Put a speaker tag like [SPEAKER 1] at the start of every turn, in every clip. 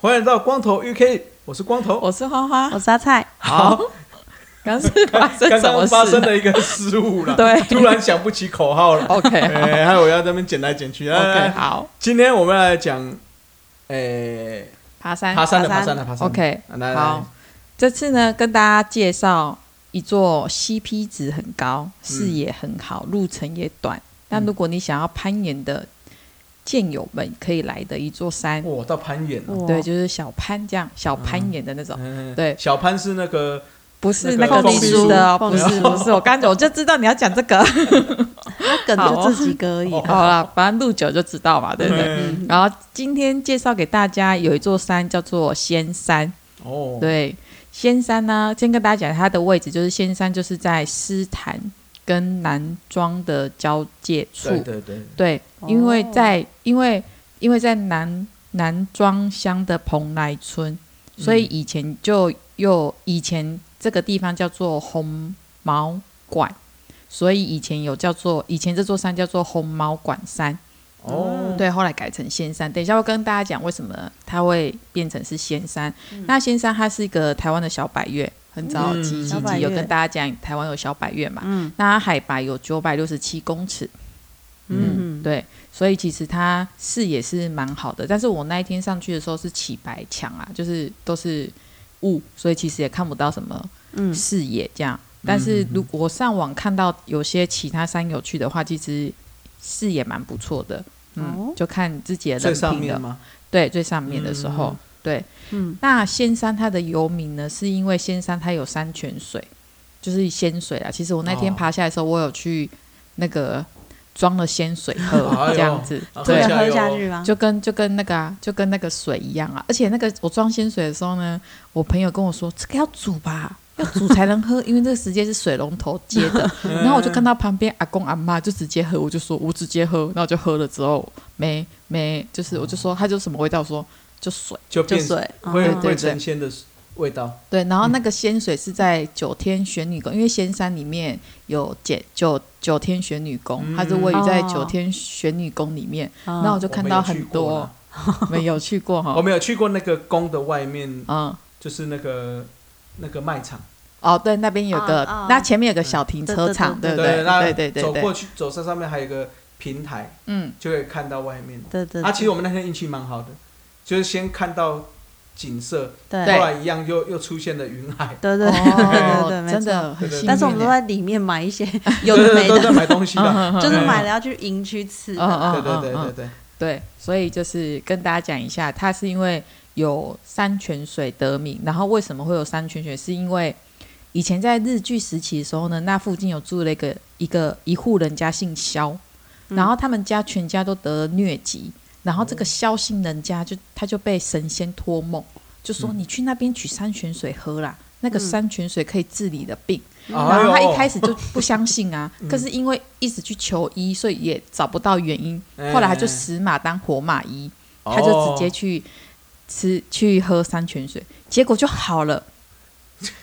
[SPEAKER 1] 欢迎来到光头 UK，我是光头。
[SPEAKER 2] 我是花花
[SPEAKER 3] 我。是阿菜，
[SPEAKER 1] 好，
[SPEAKER 2] 刚是发 生
[SPEAKER 1] 刚
[SPEAKER 2] 什么
[SPEAKER 1] 刚
[SPEAKER 2] 事？
[SPEAKER 1] 发生了一个失误了，
[SPEAKER 2] 对
[SPEAKER 1] 突然想不起口号了。
[SPEAKER 2] OK 好
[SPEAKER 1] 哎，害我要在那边捡来捡去。来
[SPEAKER 2] OK
[SPEAKER 1] 来来，
[SPEAKER 2] 好，
[SPEAKER 1] 今天我们来讲，哎，
[SPEAKER 2] 爬山
[SPEAKER 1] 爬山的，爬
[SPEAKER 3] 爬山
[SPEAKER 1] 山的，爬山的。
[SPEAKER 2] OK
[SPEAKER 1] 啊来来
[SPEAKER 2] 好，这次呢跟大家介绍一座 CP 值很
[SPEAKER 1] 嗯
[SPEAKER 2] 高、视野很好、路程也短，但如果你想要攀岩的健友们可以来的一座山，
[SPEAKER 1] 哇，哦到攀岩了。
[SPEAKER 2] 对，就是小攀这样，小攀岩的那种，
[SPEAKER 1] 嗯
[SPEAKER 2] 哦对
[SPEAKER 1] 小潘是那个
[SPEAKER 2] 不是
[SPEAKER 1] 那
[SPEAKER 2] 那
[SPEAKER 1] 个
[SPEAKER 2] 个
[SPEAKER 1] 凤
[SPEAKER 2] 秘
[SPEAKER 1] 梨
[SPEAKER 2] 书的哦，
[SPEAKER 3] 酥
[SPEAKER 2] 不是不是，我刚我就知道你要讲这 个，
[SPEAKER 3] 那梗就这几个而已。
[SPEAKER 1] 好
[SPEAKER 2] 好了，反正录久就知道嘛，对不对？
[SPEAKER 1] 嗯
[SPEAKER 2] 然后今天介绍给大家有一座山叫做仙山，
[SPEAKER 1] 哦，
[SPEAKER 2] 对，仙山呢，先跟大家讲它的位置，就是仙山就是在狮潭跟南庄的交界处，
[SPEAKER 1] 对对对，
[SPEAKER 2] 对
[SPEAKER 3] 哦
[SPEAKER 2] 因为在、因为因为在南南庄乡的蓬莱村，
[SPEAKER 1] 嗯
[SPEAKER 2] 所以以前就又以前这个地方叫做红毛馆，所以以前有叫做以前这座山叫做红毛馆山。
[SPEAKER 1] 哦，
[SPEAKER 2] 嗯对，后来改成仙山。等一下会跟大家讲为什么它会变成是仙山。那仙山它是一个台湾的小百越，很早
[SPEAKER 1] 嗯
[SPEAKER 2] 期
[SPEAKER 1] 小
[SPEAKER 2] 几
[SPEAKER 3] 百
[SPEAKER 2] 集有
[SPEAKER 3] 岳
[SPEAKER 2] 跟大家讲台湾有小百越嘛。
[SPEAKER 3] 嗯
[SPEAKER 2] 那它海拔有九百六十七公尺，
[SPEAKER 1] 嗯，
[SPEAKER 3] 嗯，
[SPEAKER 2] 对，所以其实它视野是蛮好的。但是我那一天上去的时候是起白墙啊，就是都是雾，所以其实也看不到什么
[SPEAKER 3] 嗯
[SPEAKER 2] 视野这样。
[SPEAKER 1] 嗯
[SPEAKER 2] 但是如果上网看到有些其他山友去的话，其实视野蛮不错的。嗯，
[SPEAKER 3] 哦
[SPEAKER 2] 就看自己的
[SPEAKER 1] 最
[SPEAKER 2] 人
[SPEAKER 1] 上
[SPEAKER 2] 品
[SPEAKER 1] 面
[SPEAKER 2] 了。
[SPEAKER 1] 吗？
[SPEAKER 2] 对，最上面的时候，
[SPEAKER 1] 嗯
[SPEAKER 2] 对，
[SPEAKER 3] 嗯
[SPEAKER 2] 那仙山它的游名呢，是因为仙山它有山泉水，就是仙水啊。其实我那天
[SPEAKER 1] 哦
[SPEAKER 2] 爬下来的时候，我有去那个装了仙水喝，
[SPEAKER 1] 哎呦
[SPEAKER 2] 这样子，
[SPEAKER 1] 然后
[SPEAKER 3] 真
[SPEAKER 2] 对啊
[SPEAKER 3] 的
[SPEAKER 1] 喝，下
[SPEAKER 3] 喝下
[SPEAKER 1] 哟
[SPEAKER 3] 去吗？
[SPEAKER 2] 就跟就跟那个啊，就跟那个水一样啊。而且那个我装仙水的时候呢，我朋友跟我说这个要煮吧。要煮才能喝，因为这个时间是水龙头接的。 然
[SPEAKER 1] 嗯
[SPEAKER 2] 后我就看到旁边阿公阿妈就直接喝，我就说我直接喝，然后就喝了之后没没，就是我就
[SPEAKER 1] 哦
[SPEAKER 2] 说它就什么味道，我说就水。
[SPEAKER 1] 就
[SPEAKER 3] 就
[SPEAKER 1] 变
[SPEAKER 3] 水，
[SPEAKER 1] 会
[SPEAKER 2] 对
[SPEAKER 3] 嗯
[SPEAKER 1] 会
[SPEAKER 2] 对
[SPEAKER 1] 增鲜的味道。
[SPEAKER 2] 对，然后那
[SPEAKER 1] 嗯
[SPEAKER 2] 个仙水是在九天玄女宫，因为仙山里面有简九九天玄女宫，
[SPEAKER 1] 嗯
[SPEAKER 2] 它是位于在
[SPEAKER 3] 哦
[SPEAKER 2] 九天玄女宫里面。
[SPEAKER 3] 嗯
[SPEAKER 2] 然后我就看到
[SPEAKER 1] 我没有去
[SPEAKER 2] 很
[SPEAKER 1] 过
[SPEAKER 2] 多哦
[SPEAKER 1] 啦，
[SPEAKER 2] 没有去过
[SPEAKER 1] 我
[SPEAKER 2] 哈，
[SPEAKER 1] 没有去过那个宫的外面，
[SPEAKER 2] 嗯，
[SPEAKER 1] 就是那个那个卖场。
[SPEAKER 2] 哦，对，那边有个，
[SPEAKER 3] 哦哦
[SPEAKER 2] 那前面有个小停车场，
[SPEAKER 3] 对
[SPEAKER 2] 不
[SPEAKER 1] 那
[SPEAKER 2] 对？对对
[SPEAKER 1] 走
[SPEAKER 2] 对
[SPEAKER 1] 过
[SPEAKER 2] 对，
[SPEAKER 1] 去，走上上面还有一个平台，
[SPEAKER 2] 嗯，
[SPEAKER 1] 就可以看到外面。
[SPEAKER 3] 对对
[SPEAKER 1] 啊，其实我们那天运气蛮好的，就是先看到景色，后
[SPEAKER 3] 对
[SPEAKER 1] 来一样又又出现了云海，
[SPEAKER 3] 对对
[SPEAKER 2] 哦
[SPEAKER 3] 对对，没
[SPEAKER 2] 真
[SPEAKER 3] 错。
[SPEAKER 2] 的很幸运耶。
[SPEAKER 3] 但是我们都在里面买一些有
[SPEAKER 1] 对对
[SPEAKER 3] 的
[SPEAKER 1] 对
[SPEAKER 3] 没
[SPEAKER 1] 都在
[SPEAKER 3] 的，
[SPEAKER 1] 买东西的，
[SPEAKER 3] 就是买了要去营区吃
[SPEAKER 2] 嗯
[SPEAKER 1] 对
[SPEAKER 3] 的。
[SPEAKER 1] 对对
[SPEAKER 2] 嗯嗯
[SPEAKER 1] 对对，
[SPEAKER 2] 对，所以就是跟大家讲一下，它是因为有山泉水得名。然后为什么会有山泉水？是因为以前在日据时期的时候呢，那附近有住了一个一个一户人家姓萧，
[SPEAKER 3] 嗯
[SPEAKER 2] 然后他们家全家都得了疟疾，然后这个萧姓人家就他就被神仙托梦，就说
[SPEAKER 1] 嗯
[SPEAKER 2] 你去那边取山泉水喝啦，那个
[SPEAKER 3] 嗯哎
[SPEAKER 2] 山泉水可以治你的病。
[SPEAKER 1] 然
[SPEAKER 2] 然后他一开
[SPEAKER 1] 始
[SPEAKER 2] 始就不相信啊，
[SPEAKER 1] 嗯
[SPEAKER 2] 可是因为一直去求医，所以也找不到原因。
[SPEAKER 3] 嗯
[SPEAKER 2] 后
[SPEAKER 1] 哎
[SPEAKER 2] 来他就死马当活马医，他就
[SPEAKER 1] 哦
[SPEAKER 2] 直接去
[SPEAKER 3] 哦
[SPEAKER 2] 吃去喝山泉水，结果就好了。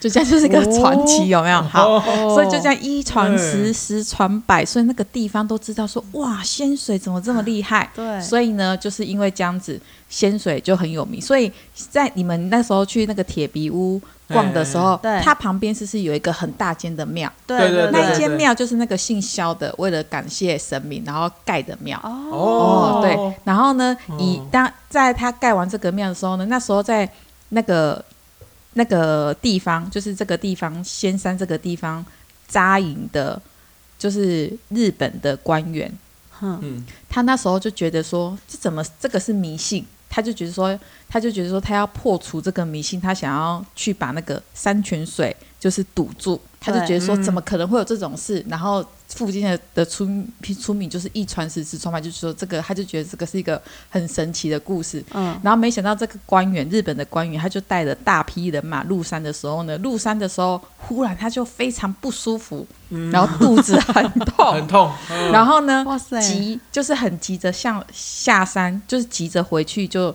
[SPEAKER 2] 就这样，就是一个传奇，有没有？
[SPEAKER 3] 哦
[SPEAKER 2] 好，
[SPEAKER 1] 好，
[SPEAKER 2] 所以就这样一传十，
[SPEAKER 1] 嗯
[SPEAKER 2] 十传百，所以那个地方都知道说，哇，仙水怎么这么厉害？
[SPEAKER 3] 嗯对，
[SPEAKER 2] 所以呢，就是因为这样子，仙水就很有名。所以在你们那时候去那个铁皮屋逛的时候，
[SPEAKER 3] 嗯对
[SPEAKER 2] 它旁边是不是有一个很大间的庙？
[SPEAKER 1] 对对
[SPEAKER 3] 对
[SPEAKER 2] 那一
[SPEAKER 3] 对
[SPEAKER 2] 间庙就是那个姓萧的，为了感谢神明，然后盖的庙。
[SPEAKER 1] 哦
[SPEAKER 2] 哦，对，然后呢，以
[SPEAKER 1] 嗯
[SPEAKER 2] 当在他盖完这个庙的时候呢，那时候在那个那个地方，就是这个地方仙山这个地方扎营的，就是日本的官员，
[SPEAKER 3] 嗯
[SPEAKER 1] 嗯，
[SPEAKER 2] 他那时候就觉得说，这怎么这个是迷信？他就觉得说，他就觉得说，他要破除这个迷信，他想要去把那个山泉水，就是堵住，他就
[SPEAKER 3] 对
[SPEAKER 2] 觉得说
[SPEAKER 1] 嗯
[SPEAKER 2] 怎么可能会有这种事？然后附近的的村村民就是一传十，十传百，就是说这个他就觉得这个是一个很神奇的故事。
[SPEAKER 3] 嗯，
[SPEAKER 2] 然后没想到这个官员，日本的官员，他就带着大批人马入山的时候呢，入山的时候忽然他就非常不舒服，
[SPEAKER 1] 嗯
[SPEAKER 2] 然后肚子很
[SPEAKER 1] 很
[SPEAKER 2] 痛，
[SPEAKER 1] 痛，嗯
[SPEAKER 2] 然后呢，
[SPEAKER 3] 哇塞，
[SPEAKER 2] 急就是很急着向下山，就是急着回去就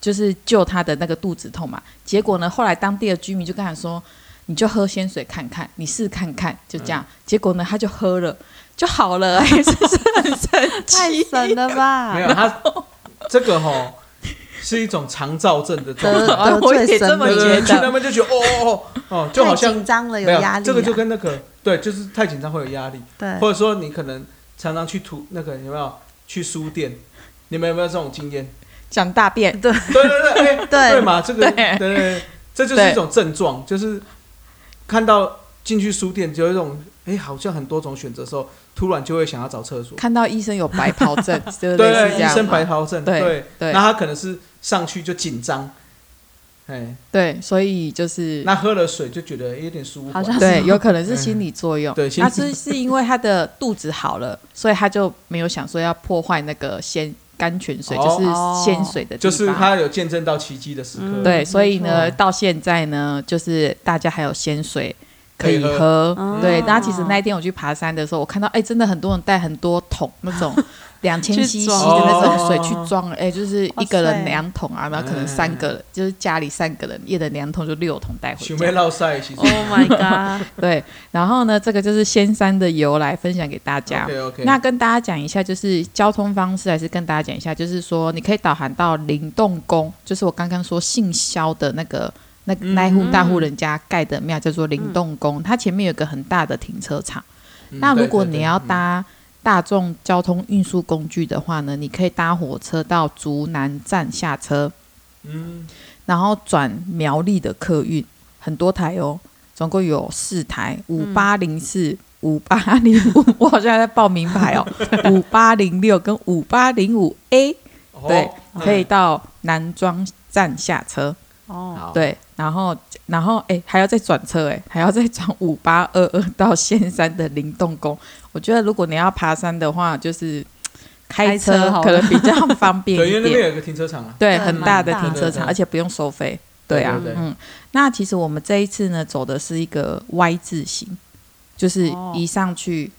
[SPEAKER 2] 就是救他的那个肚子痛嘛。结果呢，后来当地的居民就跟他说：“你就喝鲜水看看，你试看看。”就这样，
[SPEAKER 1] 嗯
[SPEAKER 2] 结果呢，他就喝了。就好了、 哎，真是很 神
[SPEAKER 3] 太
[SPEAKER 2] 奇。
[SPEAKER 3] 神了吧
[SPEAKER 1] 没？有他这个吼是一种肠燥症的状
[SPEAKER 3] 得
[SPEAKER 1] 态。
[SPEAKER 2] 啊
[SPEAKER 3] 得
[SPEAKER 2] 我也
[SPEAKER 3] 罪
[SPEAKER 2] 这
[SPEAKER 3] 神
[SPEAKER 2] 么
[SPEAKER 1] 对对
[SPEAKER 2] 觉
[SPEAKER 1] 对，
[SPEAKER 2] 得
[SPEAKER 1] 去那边就觉得哦哦哦哦，就好
[SPEAKER 3] 太
[SPEAKER 1] 像
[SPEAKER 3] 紧张了，有
[SPEAKER 1] 没有
[SPEAKER 3] 压力啊。
[SPEAKER 1] 这个就跟那个对，就是太紧张会有压力，
[SPEAKER 3] 对，
[SPEAKER 1] 或者说你可能常常去图那个有没有去书店，你们有没有这种经验？
[SPEAKER 2] 讲大便，对，
[SPEAKER 1] 对对对，哎、
[SPEAKER 3] 对
[SPEAKER 1] 对嘛，这个对
[SPEAKER 2] 对
[SPEAKER 1] 对对，这就是一种症状，就是看到进去书店就有一种哎、好像很多种选择的时候，突然就会想要找厕所。
[SPEAKER 2] 看到医生有白袍 症，就是类
[SPEAKER 1] 对，
[SPEAKER 2] 似这
[SPEAKER 1] 医
[SPEAKER 2] 样
[SPEAKER 1] 生
[SPEAKER 2] 嘛
[SPEAKER 1] 白袍症，
[SPEAKER 2] 对
[SPEAKER 1] 对，
[SPEAKER 2] 对
[SPEAKER 1] 那他可能是上去就紧张，
[SPEAKER 3] 嗯
[SPEAKER 1] 哎，
[SPEAKER 2] 对，所以就是
[SPEAKER 1] 那喝了水就觉得有点舒
[SPEAKER 3] 好
[SPEAKER 1] 缓，
[SPEAKER 3] 像
[SPEAKER 2] 对，
[SPEAKER 3] 是
[SPEAKER 2] 有可能是心理作用。
[SPEAKER 1] 对心
[SPEAKER 2] 他
[SPEAKER 1] 理
[SPEAKER 2] 是是因为他的肚子好了，所以他就没有想说要破坏那个鲜甘泉水，
[SPEAKER 1] 哦
[SPEAKER 2] 就是鲜水的地
[SPEAKER 1] 就
[SPEAKER 2] 方。
[SPEAKER 1] 是他有见证到奇迹的时刻，
[SPEAKER 3] 嗯
[SPEAKER 2] 对，所以呢，
[SPEAKER 1] 没错
[SPEAKER 2] 到现在呢，就是大家还有鲜水。可以
[SPEAKER 1] 可以
[SPEAKER 2] 喝，
[SPEAKER 3] 嗯
[SPEAKER 2] 对。那其实那一天我去爬山的时候，我看到哎、真的很多人带很多桶那 种两千
[SPEAKER 3] 去
[SPEAKER 2] CC 的
[SPEAKER 3] 装
[SPEAKER 2] 那
[SPEAKER 1] 哦
[SPEAKER 2] 种水去装，哎、就是一个
[SPEAKER 3] 哇塞
[SPEAKER 2] 人两桶啊，然后可能三个人，就是家里三个人，一人两桶就六桶带
[SPEAKER 1] 嗯
[SPEAKER 2] 回
[SPEAKER 1] 熊
[SPEAKER 2] 家
[SPEAKER 1] 妹。落赛其实
[SPEAKER 2] 哦
[SPEAKER 3] Oh my god！
[SPEAKER 2] 对，然后呢，这个就是仙山的由来，分享给大家。
[SPEAKER 1] OK OK，
[SPEAKER 2] 那跟大家讲一下，就是交通方式，还是跟大家讲一下，就是说你可以导航到灵洞宫，就是我刚刚说姓萧的那个那
[SPEAKER 1] 嗯
[SPEAKER 2] 那一户大户人家盖的庙，叫做灵洞宫，它前面有一个很大的停车场。
[SPEAKER 1] 嗯
[SPEAKER 2] 那如
[SPEAKER 1] 对
[SPEAKER 2] 果
[SPEAKER 1] 对
[SPEAKER 2] 你
[SPEAKER 1] 对
[SPEAKER 2] 要
[SPEAKER 1] 嗯
[SPEAKER 2] 搭大众交通运输工具的话呢，你可以搭火车到竹南站下车，
[SPEAKER 1] 嗯
[SPEAKER 2] 然后转苗栗的客运，很多台哦，总共有四台，五八零四、五八零五， 我好像还在报名牌哦，五八零六跟五八零五 A，
[SPEAKER 1] 哦
[SPEAKER 2] 对，
[SPEAKER 1] 嗯
[SPEAKER 2] 可以到南庄站下车，
[SPEAKER 3] 哦，
[SPEAKER 1] 好，
[SPEAKER 2] 对，然后然后哎、还要再转车哎、还要再转五八二二到仙山的灵动宫，我觉得如果你要爬山的话，就是。开
[SPEAKER 3] 开车
[SPEAKER 2] 车
[SPEAKER 3] 好
[SPEAKER 2] 可能比较方便
[SPEAKER 1] 对，因为
[SPEAKER 2] 一
[SPEAKER 1] 那
[SPEAKER 2] 点。
[SPEAKER 1] 边有一个停车场啊，
[SPEAKER 2] 对，
[SPEAKER 3] 对
[SPEAKER 2] 很
[SPEAKER 3] 蛮
[SPEAKER 2] 大的
[SPEAKER 3] 大
[SPEAKER 2] 停
[SPEAKER 1] 的
[SPEAKER 2] 车
[SPEAKER 1] 对
[SPEAKER 2] 场，
[SPEAKER 1] 对
[SPEAKER 2] 而且不用收费。对啊，
[SPEAKER 1] 对对
[SPEAKER 2] 嗯，那其实我们这一次呢，走的是一个 Y 字形，就是
[SPEAKER 3] 哦
[SPEAKER 2] 一上去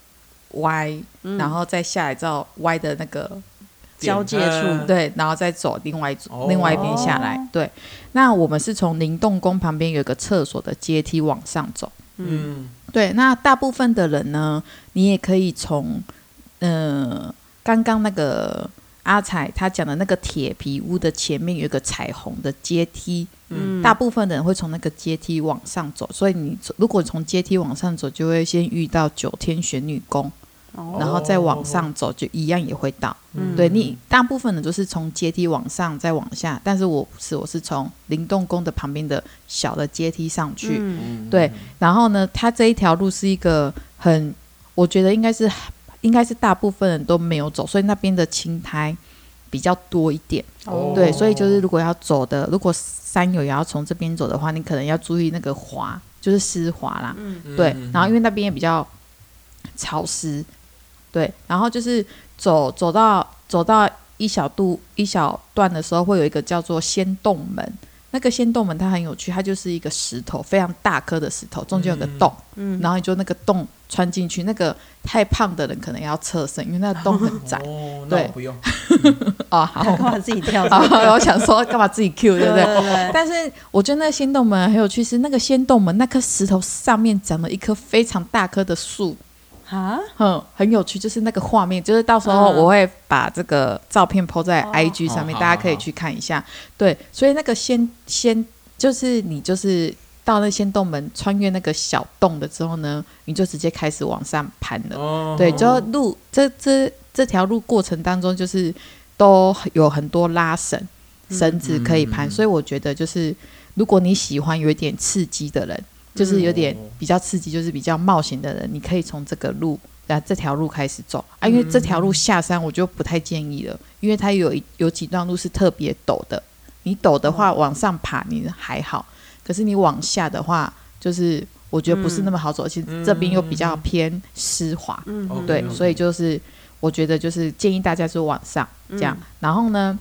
[SPEAKER 2] Y，、
[SPEAKER 3] 嗯
[SPEAKER 2] 然后再下来到 Y 的那个
[SPEAKER 3] 交界处
[SPEAKER 1] 嗯
[SPEAKER 2] 对，然后再走另外一组、
[SPEAKER 1] 哦
[SPEAKER 2] 另外一边下来。对，那我们是从灵动宫旁边有一个厕所的阶梯往上走。
[SPEAKER 3] 嗯，
[SPEAKER 1] 嗯，
[SPEAKER 2] 对，那大部分的人呢，你也可以从，呃，刚刚那个阿彩他讲的那个铁皮屋的前面有一个彩虹的阶梯，
[SPEAKER 1] 嗯
[SPEAKER 2] 大部分的人会从那个阶梯往上走，所以你如果从阶梯往上走，就会先遇到九天玄女宫，
[SPEAKER 3] 哦
[SPEAKER 2] 然后再往上走，就一样也会到。
[SPEAKER 1] 嗯
[SPEAKER 2] 对你大部分人都是从阶梯往上再往下，但是我不是，我是从灵动宫的旁边的小的阶梯上去。
[SPEAKER 3] 嗯
[SPEAKER 1] 嗯
[SPEAKER 2] 对，然后呢，它这一条路是一个很，我觉得应该是应该是大部分人都没有走，所以那边的青苔比较多一点。
[SPEAKER 1] 哦
[SPEAKER 2] 对，所以就是如果要走的，如果山友也要从这边走的话，你可能要注意那个滑，就是湿滑啦。
[SPEAKER 3] 嗯
[SPEAKER 2] 对，然后因
[SPEAKER 1] 为
[SPEAKER 2] 为那边也比较潮湿，对，然后就是走走到走到一小度一小段的时候，会有一个叫做仙洞门。那个仙洞门它很有趣，它就是一个石头，非常大颗的石头，中间有个洞，
[SPEAKER 3] 嗯，
[SPEAKER 2] 然后你就那个洞穿进去。那个太胖的人可能要侧身，因为那个洞很窄。
[SPEAKER 1] 哦，那
[SPEAKER 2] 对
[SPEAKER 1] 我不用，
[SPEAKER 2] 哦，好，
[SPEAKER 3] 干嘛自己跳？
[SPEAKER 2] 好，我想说干嘛自己 Q 对不对？
[SPEAKER 3] 对
[SPEAKER 2] 但是我觉得那个仙洞门很有趣，是那个仙洞门那颗石头上面长了一棵非常大棵的树，
[SPEAKER 3] 啊，
[SPEAKER 2] 嗯，很有趣，就是那个画面，就是到时候
[SPEAKER 3] 嗯
[SPEAKER 2] 我会把这个照片 PO 在
[SPEAKER 3] 哦
[SPEAKER 2] IG 上面，大家可以去看一下。对，所以那个仙仙就是你就是到那仙洞门穿越那个小洞了之后呢，你就直接开始往上攀了。
[SPEAKER 1] 哦，
[SPEAKER 2] 对，就路这这这条路过程当中，就是都有很多拉绳绳子可以攀，
[SPEAKER 1] 嗯
[SPEAKER 2] 所以我觉得就是如果你喜欢有一点刺激的人，就是有点
[SPEAKER 1] 嗯
[SPEAKER 2] 比较刺激，就是比较冒险的人，你可以从这个路。啊，这条路开始走啊，因为这
[SPEAKER 1] 嗯
[SPEAKER 2] 条路下山我就不太建议了，因为它有一有几段路是特别陡的，
[SPEAKER 1] 哦
[SPEAKER 2] 你陡的话往上爬你还好，可是你往下的话，就是我觉得不是那么好走。其实这边又比
[SPEAKER 1] 嗯
[SPEAKER 2] 较偏湿滑，
[SPEAKER 3] 嗯
[SPEAKER 1] 哦
[SPEAKER 3] 哼
[SPEAKER 2] 对，
[SPEAKER 1] 嗯
[SPEAKER 2] 所以就是我觉得就是建议大家就往上
[SPEAKER 3] 嗯
[SPEAKER 2] 这样。然后呢，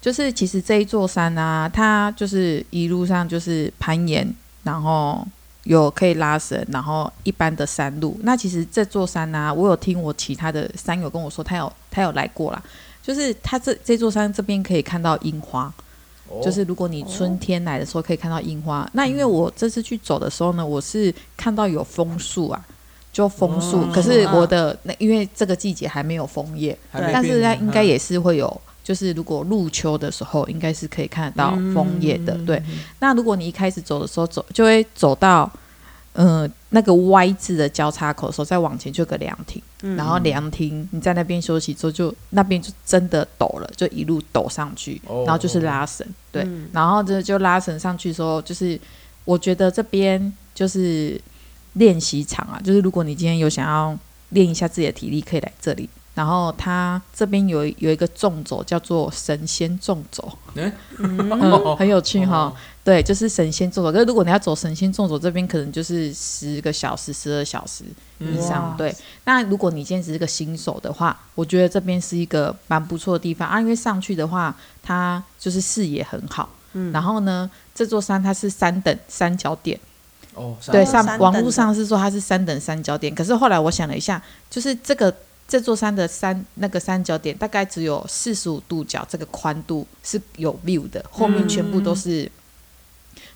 [SPEAKER 2] 就是其实这一座山啊，它就是一路上就是攀岩，然后有可以拉绳，然后一般的山路。那其实这座山啊，我有听我其他的山友跟我说，他有他有来过啦。就是他这这座山这边可以看到樱花，
[SPEAKER 1] 哦嗯
[SPEAKER 2] 就是如果你春天来的时候可以看到樱花，那因为我这次去走的时候呢，我是看到有枫树啊，就枫树，
[SPEAKER 1] 哦
[SPEAKER 2] 可是我的那因为这个季节还没有枫叶，
[SPEAKER 1] 还没
[SPEAKER 2] 但是
[SPEAKER 1] 变
[SPEAKER 2] 它应该
[SPEAKER 1] 嗯
[SPEAKER 2] 也是会有，就是如果入秋的时候，应该是可以看得到枫叶的。
[SPEAKER 1] 嗯
[SPEAKER 2] 对，那如果你一开始走的时候走，就会走到。嗯，那个 Y 字的交叉口的时候，再往前就有个凉亭，
[SPEAKER 3] 嗯
[SPEAKER 2] 然后凉亭你在那边休息之后就，那边就真的陡了，就一路陡上去，
[SPEAKER 1] 哦
[SPEAKER 2] 然后就是拉绳，对，
[SPEAKER 3] 嗯
[SPEAKER 2] 然后这就拉绳上去之后，就是我觉得这边就是练习场啊，就是如果你今天有想要练一下自己的体力，可以来这里。然后它这边有有一个纵走叫做神仙纵走，
[SPEAKER 3] 嗯
[SPEAKER 2] 嗯，很有趣哈、
[SPEAKER 1] 哦
[SPEAKER 2] 对，就是神仙纵走。可是如果你要走神仙纵走，这边可能就是十个小时、十二小时
[SPEAKER 1] 嗯
[SPEAKER 2] 以上。
[SPEAKER 3] 哇
[SPEAKER 2] 对，那如果你今天只是个新手的话，我觉得这边是一个蛮不错的地方啊，因为上去的话，它就是视野很好。
[SPEAKER 3] 嗯
[SPEAKER 2] 然后呢，这座山它是三等三角点，
[SPEAKER 1] 哦，
[SPEAKER 2] 对，
[SPEAKER 1] 上
[SPEAKER 2] 上
[SPEAKER 3] 三
[SPEAKER 2] 网
[SPEAKER 3] 等
[SPEAKER 2] 络
[SPEAKER 3] 的
[SPEAKER 2] 上是说它是三等三角点，可是后来我想了一下，就是这个这座山的三那个三角点大概只有四十五度角这个宽度是有 view 的，后面全部都是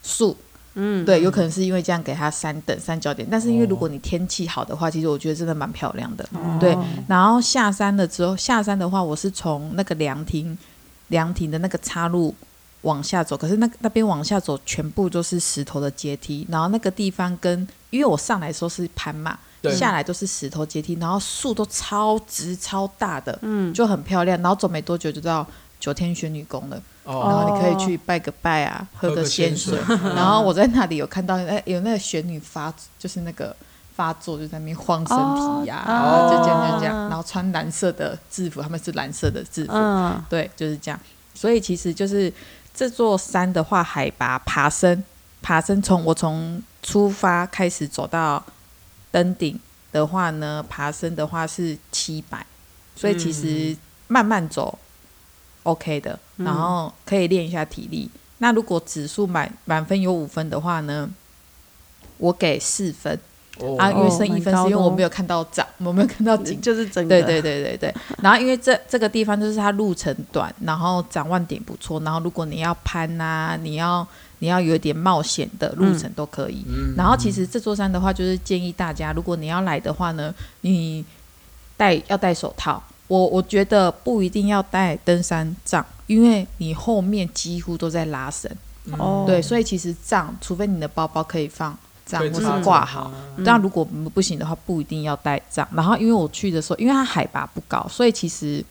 [SPEAKER 2] 树，
[SPEAKER 3] 嗯
[SPEAKER 2] 对，有可能是因为这样给它三等三角点，但是因为如
[SPEAKER 1] 哦
[SPEAKER 2] 果你天气好的话，其实我觉得真的蛮漂亮的。
[SPEAKER 3] 哦
[SPEAKER 2] 嗯对然后下山了之后，下山的话，我是从那个凉亭凉亭的那个岔路往下走，可是那那边往下走全部都是石头的阶梯，然后那个地方跟因为我上来的时候是盘嘛，
[SPEAKER 1] 对
[SPEAKER 2] 下来都是石头阶梯，然后树都超直超大的，
[SPEAKER 3] 嗯
[SPEAKER 2] 就很漂亮。然后走没多久就到九天玄女宫了，然
[SPEAKER 1] 哦
[SPEAKER 2] 后你可以去拜个拜啊，喝个仙水。
[SPEAKER 1] 喝个仙水
[SPEAKER 2] 然后我在那里有看到，哎，有那个玄女发，就是那个发作，就在那边晃身体呀、
[SPEAKER 1] 哦
[SPEAKER 2] 就这样这样这样，
[SPEAKER 3] 哦
[SPEAKER 2] 然后穿蓝色的制服，他们是蓝色的制服，
[SPEAKER 3] 嗯
[SPEAKER 2] 对，就是这样。所以其实就是这座山的话，海拔爬升，爬升从我从出发开始走到登顶的话呢，爬升的话是七百，所以其实慢慢走 OK 的，
[SPEAKER 3] 嗯
[SPEAKER 2] 然后可以练一下体力。那如果指数满满分有五分的话呢，我给四分、
[SPEAKER 1] 哦
[SPEAKER 2] 啊，因为
[SPEAKER 3] 哦
[SPEAKER 2] 剩一
[SPEAKER 3] 蛮
[SPEAKER 2] 分是
[SPEAKER 3] 高
[SPEAKER 2] 因为
[SPEAKER 3] 的
[SPEAKER 2] 我
[SPEAKER 3] 哦
[SPEAKER 2] 没有看到涨，我没有看到景
[SPEAKER 3] 就是整个
[SPEAKER 2] 对对对对对。然后因为这这个地方就是它路程短，然后展望点不错，然后如果你要攀啊，你要你要有一点冒险的路程都可以。
[SPEAKER 1] 嗯
[SPEAKER 2] 然后其实这座山的话，就是建议大家，如果你要来的话呢，你戴要戴手套。我我觉得不一定要带登山杖，因为你后面几乎都在拉绳，
[SPEAKER 1] 嗯
[SPEAKER 3] 哦
[SPEAKER 2] 对，所以其实杖，除非你的包包可以放杖
[SPEAKER 1] 对
[SPEAKER 2] 或
[SPEAKER 1] 插
[SPEAKER 2] 是
[SPEAKER 1] 着
[SPEAKER 2] 挂好，
[SPEAKER 1] 它
[SPEAKER 3] 嗯
[SPEAKER 2] 那如果不行的话，不一定要带这样。然后因为我去的时候，因为它海拔不高，所以其实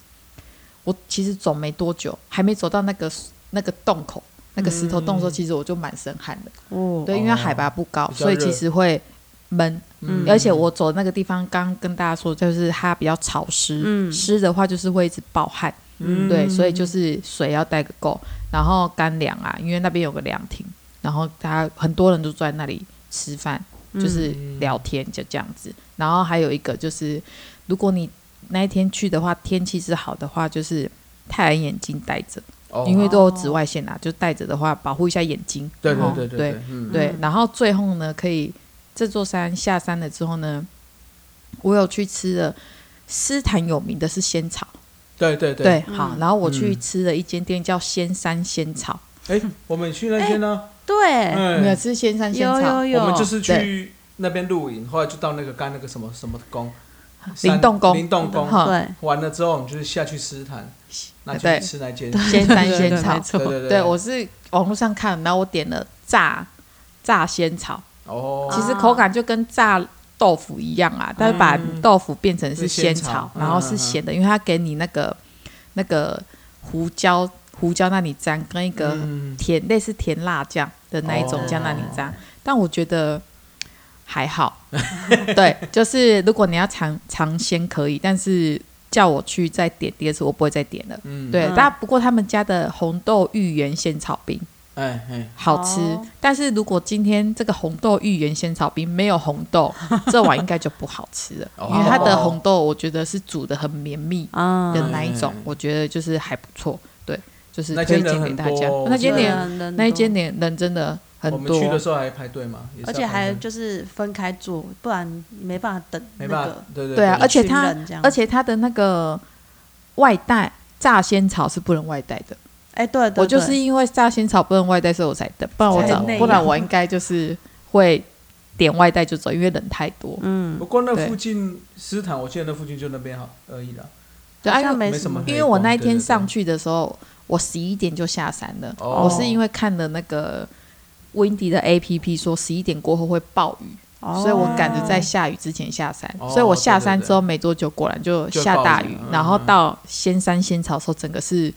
[SPEAKER 2] 我其实走没多久，还没走到那个那个洞口、那个石头洞的时
[SPEAKER 1] 嗯
[SPEAKER 2] 候，其实我就满身汗了。
[SPEAKER 3] 哦
[SPEAKER 2] 对，因为它海拔不高
[SPEAKER 1] 比，较
[SPEAKER 2] 所以其实会闷。
[SPEAKER 1] 嗯
[SPEAKER 2] 而且我走那个地方，刚刚跟大家说，就是它比较潮湿，
[SPEAKER 3] 嗯
[SPEAKER 2] 湿的话就是会一直暴汗。
[SPEAKER 1] 嗯
[SPEAKER 2] 对，所以就是水要带个够，然后干粮啊，因为那边有个凉亭，然后大家很多人都坐在那里吃饭，
[SPEAKER 3] 嗯
[SPEAKER 2] 就是
[SPEAKER 1] 嗯
[SPEAKER 2] 聊天就这样子。然后还有一个就是，如果你那一天去的话，天气是好的话，就是太阳眼镜戴着，
[SPEAKER 1] 哦
[SPEAKER 2] 因为都有紫外线啊，就戴着的话保护一下眼睛。
[SPEAKER 1] 对
[SPEAKER 2] 哦
[SPEAKER 1] 对对
[SPEAKER 2] 对
[SPEAKER 1] 对，嗯
[SPEAKER 2] 对
[SPEAKER 3] 嗯，
[SPEAKER 2] 然后最后呢，可以这座山下山了之后呢，我有去吃了斯坦有名的是仙草。
[SPEAKER 1] 对对
[SPEAKER 2] 对
[SPEAKER 1] 对，，
[SPEAKER 2] 好，
[SPEAKER 3] 嗯
[SPEAKER 2] 然后我去
[SPEAKER 1] 嗯
[SPEAKER 2] 吃了一间店叫仙山仙草，
[SPEAKER 1] 哎，我们去那天呢，
[SPEAKER 3] 对，
[SPEAKER 1] 哎
[SPEAKER 2] 没有吃仙山仙
[SPEAKER 3] 有有
[SPEAKER 2] 草，
[SPEAKER 3] 有，
[SPEAKER 1] 我们就是去
[SPEAKER 2] 对
[SPEAKER 1] 那边露营，后来就到那个刚那个什么什么宫，山
[SPEAKER 2] 灵动宫
[SPEAKER 1] 灵动宫
[SPEAKER 2] 哈
[SPEAKER 3] 对
[SPEAKER 1] 完了之后，我们就是下去吃坛，那就去
[SPEAKER 2] 对
[SPEAKER 1] 吃那间，
[SPEAKER 2] 仙山仙
[SPEAKER 3] 对
[SPEAKER 2] 草
[SPEAKER 3] 没，错
[SPEAKER 1] 对对
[SPEAKER 2] 对我是网络上看，然后我点了炸炸仙草，
[SPEAKER 1] 哦，
[SPEAKER 2] 其实口感就跟炸。豆腐一样啊，但是把
[SPEAKER 1] 嗯
[SPEAKER 2] 豆腐变成是
[SPEAKER 1] 是仙
[SPEAKER 2] 仙
[SPEAKER 1] 草
[SPEAKER 2] 草，
[SPEAKER 1] 嗯
[SPEAKER 2] 然后是咸的，因为它给你那个那个胡椒胡椒那里沾，跟一个
[SPEAKER 1] 嗯
[SPEAKER 2] 甜、类似甜辣酱的那一种
[SPEAKER 1] 哦
[SPEAKER 2] 酱那里蘸，但我觉得 还好。对，就是如果你要尝尝鲜可以，但是叫我去再点第二次，我不会再点了。
[SPEAKER 1] 嗯
[SPEAKER 2] 对，
[SPEAKER 3] 嗯
[SPEAKER 2] 但不过他们家的红豆芋圆仙草冰
[SPEAKER 1] 哎哎，
[SPEAKER 2] 好吃。
[SPEAKER 3] 哦
[SPEAKER 2] 但是如果今天这个红豆芋圆鲜草冰没有红 豆，这碗应该就不好吃了，
[SPEAKER 1] 哦
[SPEAKER 2] 因为它的红豆我觉得是煮的很绵密
[SPEAKER 3] 啊
[SPEAKER 2] 的那一种
[SPEAKER 1] 嗯，
[SPEAKER 2] 我觉得就是还不错。对，就是
[SPEAKER 1] 那
[SPEAKER 2] 推
[SPEAKER 1] 间人
[SPEAKER 2] 荐给
[SPEAKER 1] 很
[SPEAKER 2] 大家
[SPEAKER 1] 多。
[SPEAKER 2] 那间
[SPEAKER 1] 对
[SPEAKER 2] 店
[SPEAKER 1] 啊
[SPEAKER 3] 人
[SPEAKER 2] 那一间店人真的很
[SPEAKER 1] 我们
[SPEAKER 2] 多
[SPEAKER 1] 去，的时候还排队嘛，也是
[SPEAKER 3] 而
[SPEAKER 1] 要
[SPEAKER 3] 且
[SPEAKER 1] 排
[SPEAKER 3] 还
[SPEAKER 1] 队
[SPEAKER 3] 就是分开坐，不然你没办法等那
[SPEAKER 1] 没办
[SPEAKER 3] 个
[SPEAKER 1] 法，对对
[SPEAKER 2] 对啊
[SPEAKER 3] 一
[SPEAKER 2] 而且
[SPEAKER 3] 群
[SPEAKER 2] 它
[SPEAKER 3] 人这样
[SPEAKER 2] 而且它的那个外带炸仙草是不能外带的。
[SPEAKER 3] 哎，对，对啊
[SPEAKER 2] 我就是
[SPEAKER 3] 对
[SPEAKER 2] 因为炸仙草不能外带，所以我才等，不然我
[SPEAKER 1] 才
[SPEAKER 2] 早
[SPEAKER 1] 那样
[SPEAKER 2] 不然我应该就是会点外带就走，因为人太多。
[SPEAKER 3] 嗯
[SPEAKER 1] 不，过那
[SPEAKER 2] 对
[SPEAKER 1] 附近斯坦，我记得那附近就那边好而已啦。
[SPEAKER 2] 对，
[SPEAKER 3] 好
[SPEAKER 2] 啊因
[SPEAKER 3] 像
[SPEAKER 2] 为
[SPEAKER 3] 没
[SPEAKER 1] 没什么
[SPEAKER 3] 么
[SPEAKER 1] 可以
[SPEAKER 2] 因为我那一
[SPEAKER 1] 对对
[SPEAKER 2] 天
[SPEAKER 1] 对
[SPEAKER 2] 上去的时候，我十一点就下山了。
[SPEAKER 1] 哦
[SPEAKER 2] 我是因为看了那个 Windy 的 A P P 说十一点过后会暴雨，哦所以
[SPEAKER 3] 哦
[SPEAKER 2] 我赶着在下雨之前下山。
[SPEAKER 1] 哦
[SPEAKER 2] 所以我下山之后没多久，果然就下大
[SPEAKER 1] 就
[SPEAKER 2] 雨
[SPEAKER 1] 暴雨，嗯
[SPEAKER 2] 然后到仙山仙草的时候，整个是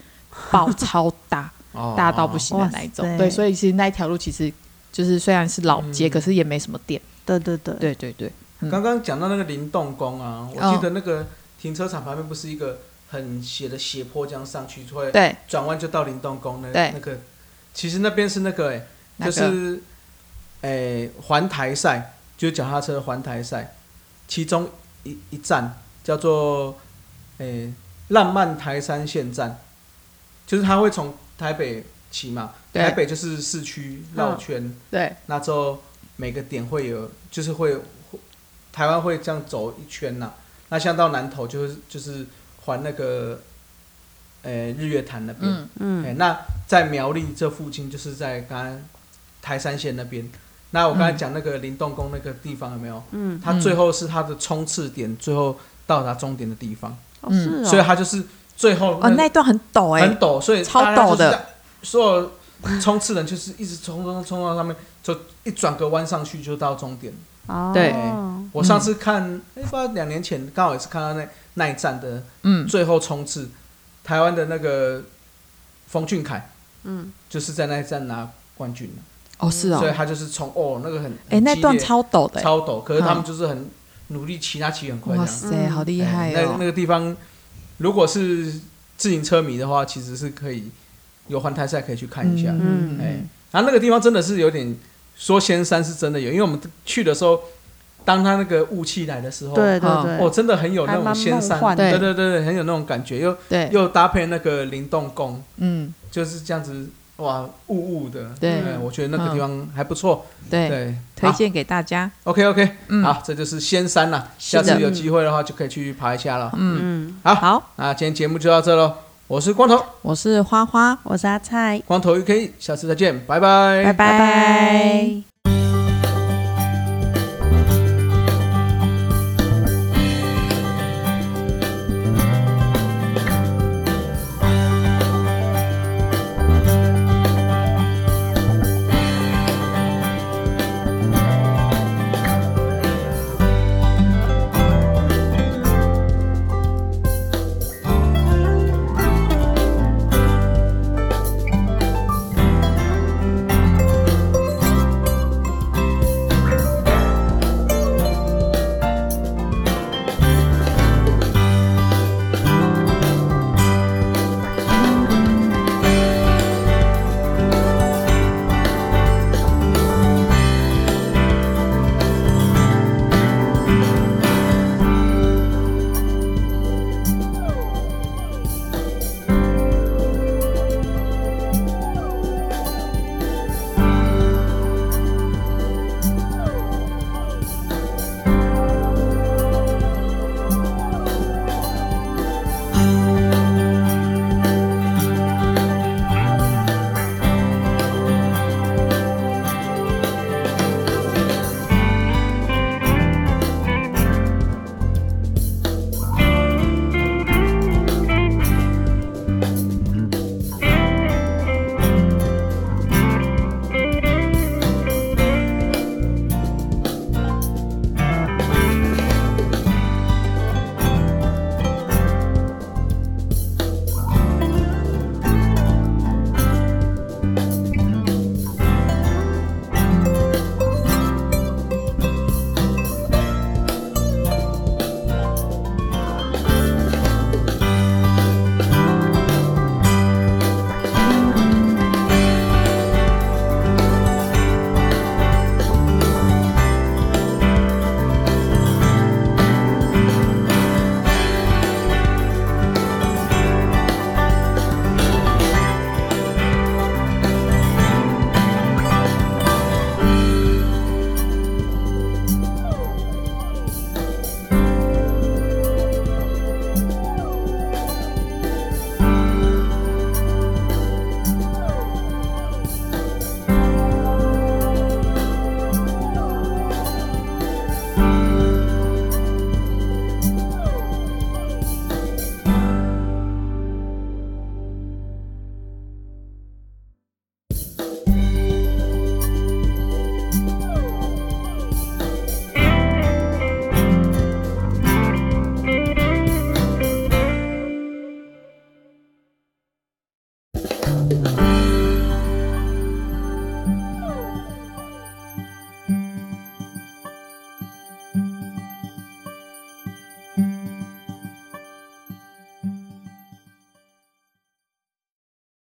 [SPEAKER 2] 爆 超大。
[SPEAKER 1] 哦
[SPEAKER 2] 大到不行的那一种
[SPEAKER 3] 哇。塞
[SPEAKER 2] 对，所以其实那一条路其实就是虽然是老街，
[SPEAKER 1] 嗯
[SPEAKER 2] 可是也没什么店。
[SPEAKER 3] 对对对，
[SPEAKER 2] 对对对，嗯
[SPEAKER 1] 刚刚讲到那个灵动宫啊，我
[SPEAKER 2] 哦
[SPEAKER 1] 记得那个停车场旁边不是一个很斜的斜坡，这样上去就会
[SPEAKER 2] 对，
[SPEAKER 1] 转弯就到灵动宫那
[SPEAKER 2] 对
[SPEAKER 1] 那个，其实那边是那个哎、
[SPEAKER 2] 那
[SPEAKER 1] 就
[SPEAKER 2] 个
[SPEAKER 1] 是哎环、台赛，就是脚踏车环台赛，其中一一站叫做哎、浪漫台山线站，就是他会从台北起嘛，
[SPEAKER 2] 对
[SPEAKER 1] 台北就是市区绕圈。
[SPEAKER 2] 对
[SPEAKER 1] 那之后每个点会有，就是会会台湾会这样走一圈呐、那像到南投就是就是环那个，呃日月潭那边，
[SPEAKER 2] 嗯，
[SPEAKER 1] 哎、
[SPEAKER 3] 嗯，
[SPEAKER 1] 那在苗栗这附近就是在刚刚台山县那边。那我刚才讲那个灵动宫那个地方有没有？
[SPEAKER 3] 嗯，
[SPEAKER 1] 它最后是它的冲刺点，最后到达终点的地方，
[SPEAKER 3] 哦
[SPEAKER 2] 嗯
[SPEAKER 3] 是哦，
[SPEAKER 1] 所以它就是最后
[SPEAKER 2] 哦，那一段很陡哎
[SPEAKER 1] 很，陡，所以
[SPEAKER 2] 超
[SPEAKER 1] 大家就是
[SPEAKER 2] 陡的
[SPEAKER 1] 在，所有冲刺人就是一直冲冲冲到上面，就一转个弯上去就到终点。
[SPEAKER 3] 哦
[SPEAKER 2] 对
[SPEAKER 1] 我上次看，哎、不知道两年前刚好也是看到那那一站的
[SPEAKER 2] 嗯，
[SPEAKER 1] 最后冲刺，台湾的那个冯俊凯，
[SPEAKER 3] 嗯，
[SPEAKER 1] 就是在那一站拿冠军的，
[SPEAKER 2] 哦是
[SPEAKER 1] 所以
[SPEAKER 2] 哦，
[SPEAKER 1] 他就是冲哦那个很
[SPEAKER 2] 哎，
[SPEAKER 1] 很
[SPEAKER 2] 那
[SPEAKER 1] 激
[SPEAKER 2] 段
[SPEAKER 1] 烈
[SPEAKER 2] 超啊陡的欸，
[SPEAKER 1] 超陡，可是他们就是很努力骑，他骑很快这样。
[SPEAKER 2] 哇塞，
[SPEAKER 3] 嗯
[SPEAKER 2] 好厉
[SPEAKER 1] 哎
[SPEAKER 2] 害
[SPEAKER 1] 那那
[SPEAKER 2] 哦。
[SPEAKER 1] 个地方，如果是自行车迷的话，其实是可以有环台赛可以去看一下。
[SPEAKER 2] 嗯
[SPEAKER 1] 哎、然后那个地方真的是有点说仙山是真的有，因为我们去的时候，当他那个雾气来的时候，
[SPEAKER 3] 对对
[SPEAKER 2] 哦
[SPEAKER 3] 对，
[SPEAKER 1] 哦，真的很有那
[SPEAKER 3] 还
[SPEAKER 1] 种
[SPEAKER 3] 蛮
[SPEAKER 1] 仙山
[SPEAKER 3] 梦，幻
[SPEAKER 2] 的
[SPEAKER 1] 对对对对，很有那种感觉，又
[SPEAKER 2] 对，
[SPEAKER 1] 又搭配那个灵动宫，
[SPEAKER 2] 嗯，
[SPEAKER 1] 就是这样子，哇，雾雾的，
[SPEAKER 2] 对嗯
[SPEAKER 1] 哎我觉得那个地方还不错，
[SPEAKER 2] 对，
[SPEAKER 1] 对，
[SPEAKER 2] 推荐给大家。
[SPEAKER 1] OK OK，
[SPEAKER 2] 嗯，
[SPEAKER 1] 好，这就是仙山啦，
[SPEAKER 2] 是
[SPEAKER 1] 下
[SPEAKER 2] 的
[SPEAKER 1] 次有机会的话就可以去爬一下了。
[SPEAKER 2] 嗯，
[SPEAKER 3] 嗯，
[SPEAKER 2] 好，
[SPEAKER 1] 那今天节目就到这喽，我是光头，
[SPEAKER 2] 我是花花，
[SPEAKER 3] 我是阿菜，
[SPEAKER 1] 光头 UK，下次再见，拜拜，
[SPEAKER 2] 拜
[SPEAKER 3] 拜拜。